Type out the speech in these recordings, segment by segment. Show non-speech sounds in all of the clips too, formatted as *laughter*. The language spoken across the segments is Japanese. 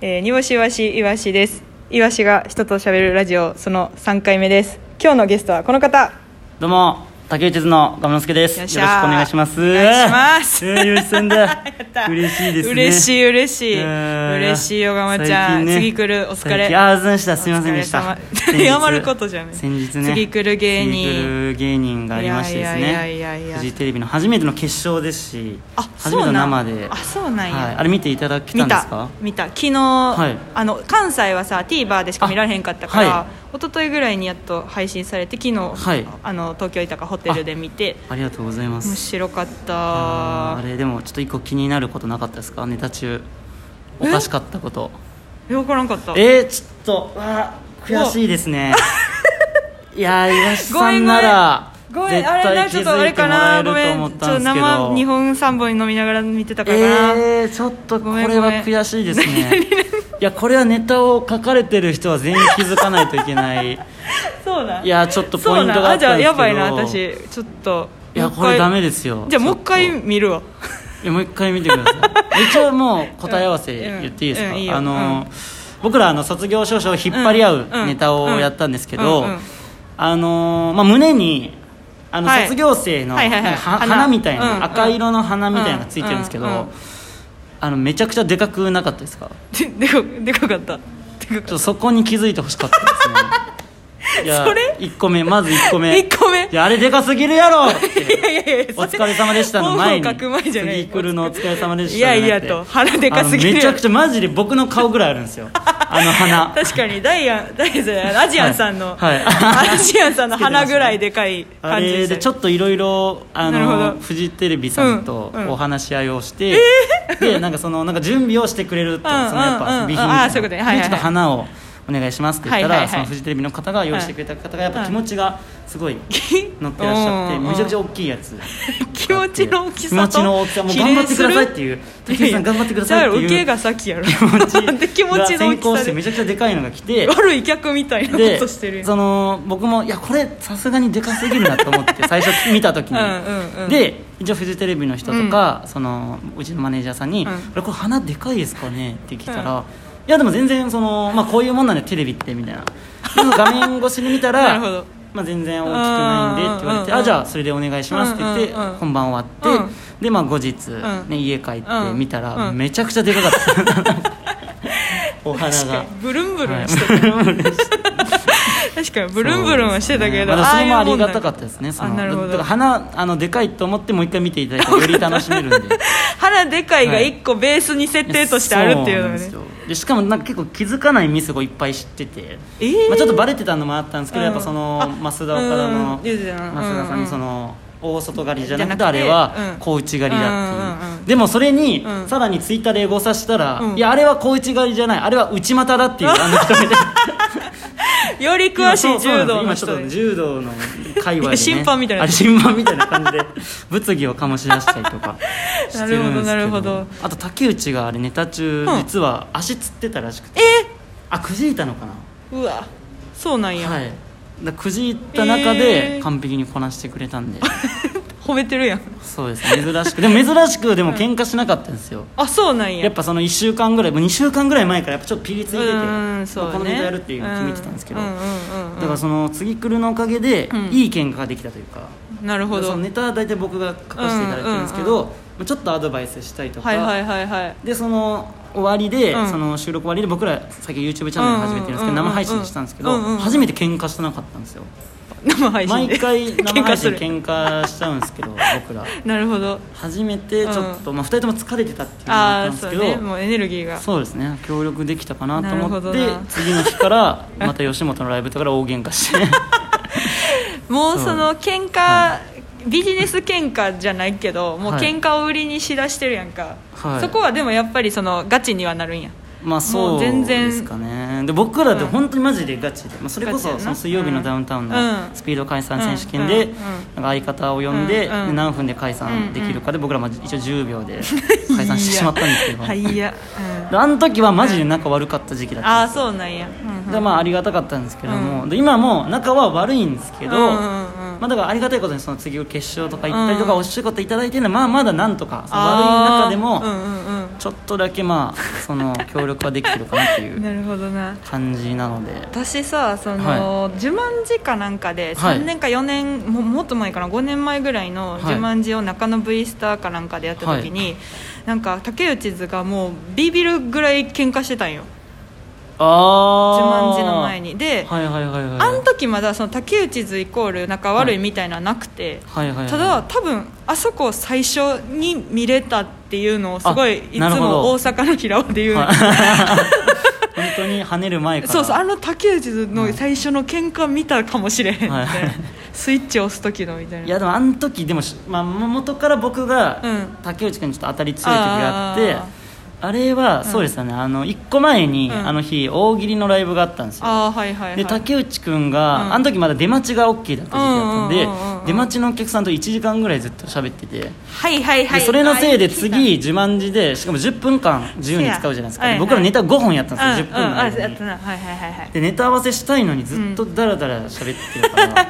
えー、煮干しわしいわしですいわしが人と喋るラジオその3回目です今日のゲストはこの方どうも竹内図のガムノスケですよっよろししゃくおー願いしますお願いしますえー、よしさ *laughs* んだ嬉しいですね嬉しいい嬉しいうん嬉しいよがまちゃん、最近ね次来るお疲最れ近あーずんしたすみませんでしおた疲先れ日様謝ることじゃない先日ね次来る芸人次来る芸人がありましてですねいやいやいやいやフジテレビの初めての決勝ですしあ初めての生であそうなんや、はい、あれ見ていただけたん見ですたか見た昨日、いあの関西はさ TVer でしか見られへんかったから、あは一昨日ぐらいにやっと配信されて昨日、はいあの東京いたかホテルで見てありがとうございま面す白かったあーあれでもちょっと一個気になることなかったですかネタ中おかしかったことえ分からんかったえー、ちょっとわー悔しいですねいやー岩下さんならご絶めんあれな対ち気ょっとあづれいてかもらなえごるとめん思っちょったとんです生2けど本3本飲みながら見てたからな、えー、ちょっとこごめんれごはめん悔しいですねいやこれはネタを書かれてる人は全員気づかないといけないそうなんいやちょっとポそイうンなんトがああっじゃたあんですやけどばいな私ちょっといやもう一こ回れダメですよじゃあもう一ちょ回っと見るわ *laughs* いやもう一回見てください一応もう答え合わせうん言っていいですか、うんいいよあの、僕らあの卒業証書を引っ張り合ううんネタをやったんですけど、うんうんあのーまあ、胸にあのはい卒業生の、はいはいはいなんかは花花みたいな、うんうん赤色の花みたいなのがついてるんですけど、うんうんうんあのめちゃくちゃでかくなかったですかででかでかかったでかかっちょっとそこに気づいてほしかったですねい *laughs* やそれ1個目まず1個た *laughs* 目1個目いやあれでかすぎる *laughs* やろっていやいやいやお疲れ様でしたの前に次来るのお疲れ様でしたじゃなくいやていやと腹でかすぎるあのめちゃくちゃマジで僕の顔ぐらいあるんで *laughs* すよあの鼻確かにダイアンダイアンアジアンさんの、はいはい *laughs* アジアンさんの鼻ぐらいでかいあ感じれででしちょたっといろいろあなるほのどフジテレビさんとうんうんお話し合いをして、でなんかそのなんか準備をしてくれると、うんうんそのやっぱ備品みたいうんなあーそういうことねはいはいはいでちょっと花をお願いしますって言ったら、はいはいはいそのフジテレビの方が用意してくれた方がやっぱ気持ちがすごい乗ってらっしゃ *laughs* って、うんめちゃくちゃ大きいやつ気持ちの大きさと気持ちの大きさもう頑張ってくださいってういう竹内さん頑張ってくださいっていう受けが先やろ *laughs* 気持ち *laughs* で気持ちの大先き行さしてめでちゃくちゃでかいのが来て悪い客みたい *laughs* なこでとしてるやんその僕もいやこれさすがにでかすぎるなと思って *laughs* 最初見た時に、うんうんうんで一応フジテレビの人とか、そのうちのマネージャーさんにうん「俺これ花でかいですかね?」って聞いたら「ういやでも全然その、まあ、こういうもんなんでテレビって」みたいなでも画面越しに見 *laughs* たならるほどまあ、全然大きくないんでって言うわれて「んうんうんうんあじゃあそれでお願いします」って言って、うんうんうん本番終わって、うんで、まあ、後日、んね、家帰って見たら、うんめちゃくちゃでかかった *laughs* お花確かがに。ブルンブルはンいしてた、確かにブルンブルンはしてたけど、そうですねまだそれもあいりうもんなんがたかったですねそのあなるほどだから花あのでかいと思ってもう一回見ていただいてより楽しめる *laughs* んで腹でかいが一個ベースに設定としてあるっていうのがねそなんですよでしかもなんか結構気づかないミスをいっぱい知ってて、えーまあ、ちょっとバレてたのもあったんですけど、うんやっぱそのあ増田岡田のうん増言うてたな田さうんんうんにその大外刈りじゃなくじてゃなあくてれうはん小内刈りだっうんていううんう、んでもそれに、うんさらにツイッターでエゴサしたら、うんいやあれは小内刈りじゃないあれは内股だっていうあの人みたいなより詳しい柔道の今そ人にうそうなんです今ちょっと柔道の界隈で、*laughs* ね、審判みたいなあれ審判みたいな感じで物議を醸し出したりとかしてるんですけど *laughs* なるほどなるほあと竹内があれネタ中、うん実は足つってたらしくてえあくじいたのかなうわそうなんや、はいだくじいた中でえー完璧にこなしてくれたんで、褒めてるやんそうです珍しくでも珍しくでも喧嘩しなかったんですよ、あそうなんややっぱその1週間ぐらいもう2週間ぐらい前からやっぱちょっとピリついてて、うんそうねこのネタやるっていうのを決めてたんですけど、ううんうんうんだからその次来るのおかげで、うんいい喧嘩ができたというかなるほどそのネタは大体僕が書かせていただいてるんですうけんうんど、まあちょっとアドバイスしたりとか、はいはいはいはいでその終わりで、うんその収録終わりで僕ら先 YouTube チャンネル始めてるんですけど、うんうんうんうん生配信したんですけど、うんうん初めて喧嘩してなかったんですよ生配信で毎回生配信 *laughs* 喧嘩する喧嘩しちゃうんですけど僕らなるほど初めてちょっと、まあ、2人とも疲れてたっていうのもああったあんですそうけどねもうエネルギーがそうですね協力できたかなとなる思ほっどてな次の日からまた吉本のライブとかで大喧嘩してもうそうその喧嘩ビジネス喧嘩じゃないけどもうはい喧嘩を売りにしだしてるやんか、はいそこはでもやっぱりそのガチにはなるんやまもあそうう全然ですかねで僕らって本当にマジでガチで、まあ、それこガチやそなその水曜日のダウンタウンうんのスピード解散選手権でうんうんなんか相方を呼んでうんうんで何分で解散できるかで僕らも一応10 *laughs* 秒で解散してしまったんですけどはでいや、うんあの時はマジで仲悪かった時期だったあんあですそうなんや、うんうんでまあありがたかったんですけども、うで今も仲は悪いんですけど、うんうんうんまあ、だからありがたいことにその次の決勝とか行ったりとうかんお仕事いただいてるのはまあまだなんとかその悪いあー中でも、うんうんうんちょっとだけまあその協力はできてるかなっていうなるほどな感じなので私さその、ジュマンジかなんかではい3年か4年、ももっと前かな5年前ぐらいのはいジュマンジを中野 V スターかなんかでやった時に、なんか竹内図がもうビビるぐらい喧嘩してたんよジュああマンジの前にで、はいはいはいはいあの時まだその竹内図イコールなんか悪いみたいなのはなくて、はいはいはいただ多分あそこを最初に見れたっていうのをすごいいつあなるほもど大阪の平尾で言うんよはい *laughs* 本当に跳ねる前からそうそうあの竹内の最初の喧嘩見たかもしれへんみたいな、はいスイッチ押す時のみたいないやでもあの時でもし、まあ、も元から僕がうん竹内君にちょっと当たり強い時があって、あーあれはそうですよね、あの1個前に、うんあの日大喜利のライブがあったんですよああはいはいはいで竹内君が、うんあの時まだ出待ちが OK だった時期だったんで、うんうんうんうんうん出待ちのお客さんと1時間ぐらいずっと喋ってて、はいはいはいでそれのせいで次うん自慢字でしかも10分間自由に使うじゃないですか、せやはいはいで僕らネタ5本やったんですよ、10分うんのあ間にやったなはいはいはいはいでネタ合わせしたいのにずっとダラダラ喋ってるから、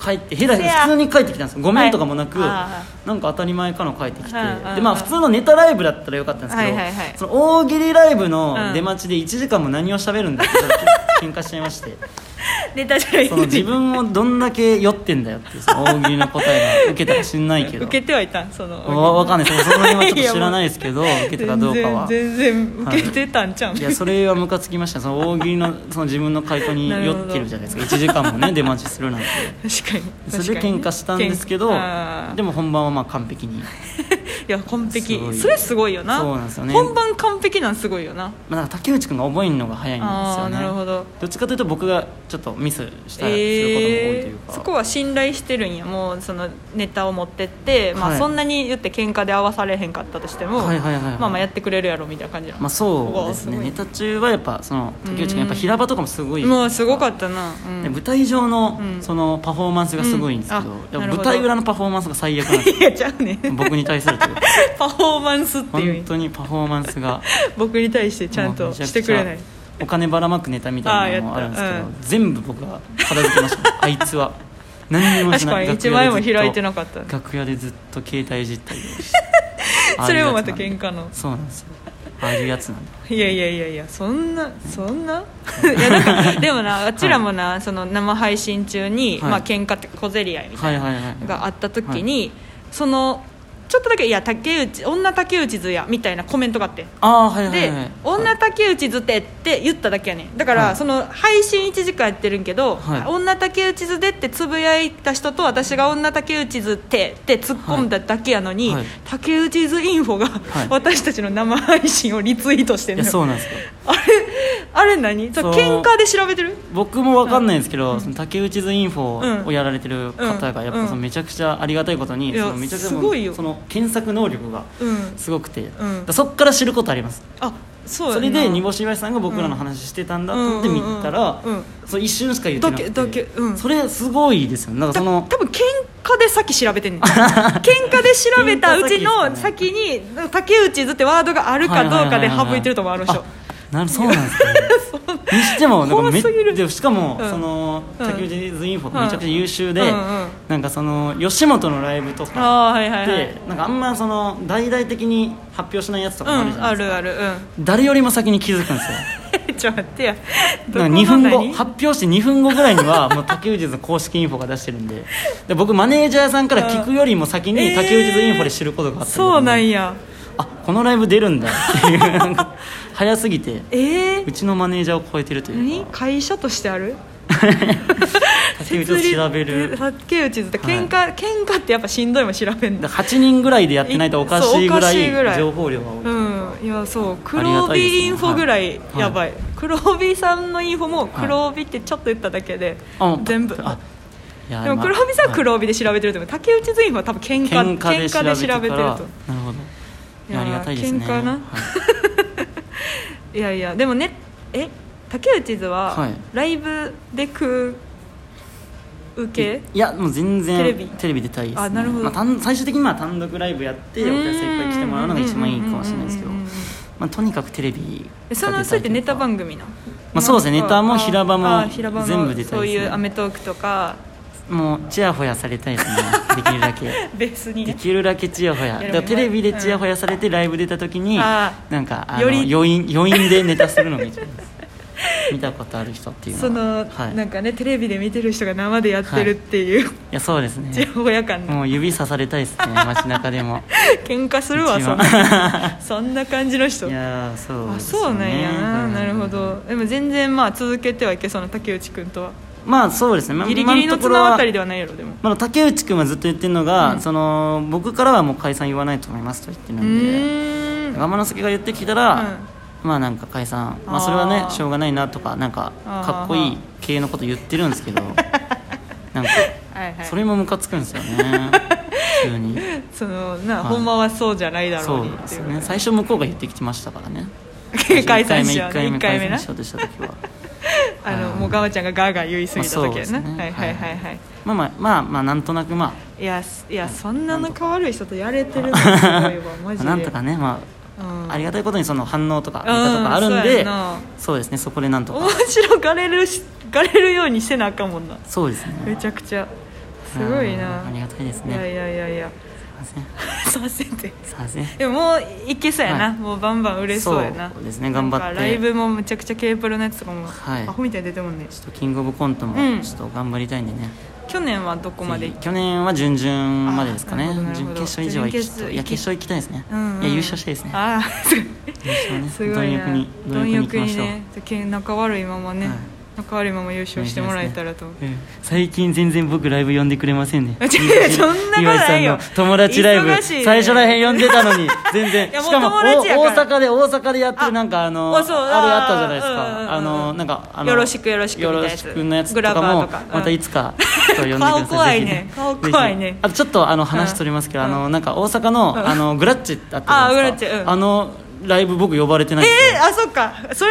帰ってへらへせやら普通に帰ってきたんですごめんとかもなく、はいあなんか当たり前かの帰ってきて、うんうんうんでまあ普通のネタライブだったらよかったんですけど、はいはいはいその大喜利ライブうのん出待ちで1時間も何を喋るんだってちょっと喧嘩しちゃいましてネタじゃないその自分をどんだけ酔ってんだよっていうその大喜利の答えが受けたか知んないけど受けてはいたんそのわわかんないですその辺はちょっと知らないですけど受けたかどうかは全然全然受けてたんちゃう、いやそれはムカつきましたその大喜利のその自分の回答に酔ってるじゃないですか1時間 *laughs* もね出待ちするなんて確かにそれで喧嘩したんですけどでもも本番はまあ完璧に、まいや完璧すごいそれすごいよなそうなんですよね本番完璧なんすごいよなあ、なんか竹内君が覚えるのが早いんですあよあねなるほどどっちかというと僕がちょっとミスしたりすることも多いえというーか、そこは信頼してるんやもうそのネタを持ってって、まはあ、いそんなに言って喧嘩で合わされへんかったとしても、はいはいはいはいまあまあやってくれるやろみたいな感じなの、まあそうですうねわすごいネタ中はやっぱその竹内君やっぱ平場とかもすごいもうすごかったな、うんで舞台上のうんそのパフォーマンスがすごいんですけど,、うんあやっぱなるほ舞ど台裏のパフォーマンスが最悪なんですよいやちゃう *laughs* ね僕に対するというかパフォーマンス *laughs* っていう本当にパフォーマンスが僕に対してちゃんもうとめゃくしちゃてくれないお金ばらまくネタみたいなのあもあーるやんっでたすけど、全部僕は片付けましたあいつは何にもし確なかいに一枚も開いてななかった楽屋でずっと携帯いじったりを *laughs* してああそいうれやもまつなんたで喧嘩のそうなんですよああいうやつなんだいやいやいやいやそんなそんな *laughs* いやなんかでも *laughs* なあちらもな、その生配信中に、はいまあ喧嘩って小競り合いみたはいいなはいはいがあった時に、そのちょっとだけ「いや竹内女竹内図や」みたいなコメントがあって。ああはいはいはいではい「女竹内図で」って言っただけやねんだから、はいその配信1時間やってるんけど「はい女竹内図で」ってつぶやいた人と私が「女竹内図って」って突っ込んだだけやのに、はい竹内図インフォが、い私たちの生配信をリツイートしていんやのよそうなんですよあれあれ何そうそう喧嘩で調べてる僕もわかんないんですけど、その竹内図インフうォんをやられてる方がやっうんぱそのめちゃくちゃありがたいことに、いやそのめちゃくちゃすごいよその検索能力がうんすごくて、だうんからそっから知ることありますあそうやそなれで煮干し岩井さんが僕らの話してたんだと思って見たら、うんうんうんそう一瞬しか言ってなくてだけだけうんそれすごいですよねなんかたその多分喧嘩で先調べてんねん *laughs* 喧嘩で調べたうちの先に竹内図ってワードがあるかどうかで省いてると思うあの人あなるそうなん *laughs* ですねにしてもなんかめ怖すぎるでしかも、うんそのうん竹内ズインフォめちゃくちゃ優秀で、うんうんなんかその吉本のライブとあかあはいはいはいでなんかあんまその大々的に発表しないやつとうかもあるじゃんなあいでするか、ある誰よりも先に気づくんですようん *laughs* ちょっと待ってやどこなんかの2分後何発表して2分後ぐらいには *laughs* もう竹内図の公式インフォが出してるんでで僕マネージャーさんから聞くよりも先うんえにー竹内図インフォで知ることがあったそうなんややあこのライブ出るんだっていう *laughs* なんか早すぎてええうちのマネージャーを超えてるという何か会社としてある竹内図調べる竹内図って喧嘩、喧嘩ってやっぱしんどいもん調べんだだから8人ぐらいでやってないとおかしいぐらそうおかしいぐらいい情報量が多い、うんいやそうありが黒たいですね帯インフォぐらいはいやばい、黒帯さんのインフォも黒帯ってちょっと言っただけで、あもう全部あいやでもまあ黒帯さんは黒帯で調べてると思う、竹内ズインフォは多分喧嘩喧嘩で調喧嘩でべてからな調るべてるほどいやあいりやーがたいですね喧嘩なはいといやいやでもねえ竹内図ははいライブで食う受けいやもう全然テレビ出たいです、ね、あなるほどまあ、単最終的には単独ライブやってお客さんいっぱい来てもらうのが一番いいかもしれないですけど、うんうんうんうんうんまあ、とにかくテレビえそのそうやってネタ番組の、まあそうですねネタも平場もあー平場も全部出たいですねそういう『アメトーーク』とかもうちやほやされたいですねでき *laughs* るだけベースにでねきるだけちやほやいやでもだからテレビでちやほやされてライブ出た時に、あなんかあよのり余韻余韻でネタするの見ちゃいます *laughs* 見たことある人っていうのその、ははい、なんいかねテレビで見てる人が生でやってるっていう、 *laughs* やそうですちねやほや感もう指さされたいですね街中 *laughs* でも喧嘩するわ一そん番なそんな感じの人いやーそうあですねそうなんやな、うんなるほどでも全然まあ続けてはいけそうな竹内君とはまあそうですねまギリギリ今のとこ綱ろは渡りではないやろでもまだ竹内君はずっと言ってるのが、うんその僕からはもう解散言わないと思いますと言ってるうんでーん天之助が言ってきたら、まあなんか解散、あまーあ、それはねしょうがないなとかなんかあーかっこいい系のこと言ってるんです *laughs* けどなんかはいはいそれもムカつくんですよね急にそのな、はいほんまはそうじゃないだろそううにっでていすうね最初向こうが言ってきてましたからね解散しよう1ね1回目1回回目目解な散しようとした時はあのはいもうガワちゃんがガーガー言い過ぎたま時あそうやですな、ねはいはいはいはい、まあまあまあまあなんとなくまあいやすいやそんな仲悪い人とやれてるのすごいわマジでなんとかねまうんあありがたいことにその反応とか見たとかあるんうんそうでやなそうですねそこでなんとか面白がれるしがれるようにせなあかんもんなそうですねめちゃくちゃすごいなあーありがたいですねいやいやいやいや *laughs* すいさませてせんすいませんでももういけそうやな、はいもうバンバン売れそうやなそうですね頑張ってなんかライブもむちゃくちゃ k ー p r o のやつとかも、はいアホみたいに出てもんねちょっとキングオブコントうもんちょっと頑張りたいんでね、去年はどこまでぜひ去年は準々までですかあねなるほどなる準ほど決勝以上は行準き決たいいや決勝行きたいですね、うんうんいや優勝したいですねああすごい優す勝ごねいな貪欲に貪欲に行きましょう、ねけ仲悪いままね、はい仲悪いまま優勝してもらえたらとうん最近全然僕ライブ呼んでくれませんね違 *laughs* うそんなことないよ岩井さんの友達ライ忙しいブ最初らへん呼んでた *laughs* のに全然いやもうしかもお友達や大から阪で大阪でやってあるなんかあのあそうあーあれあったじゃないですうんうんうんかあのなんかあのよろしくよろしくみたいよなやろつしくのやつとグラかバーもとかうんまたい *laughs* つかちょっと呼んでください顔怖いねぜひ顔怖いねぜひあとちょっとあの話うん取りますけどあうのなんか大阪のあのグラッチってあったじゃないですあかーグラッチうんあのライブ僕呼ばれてないんですよえー、あそっかそれ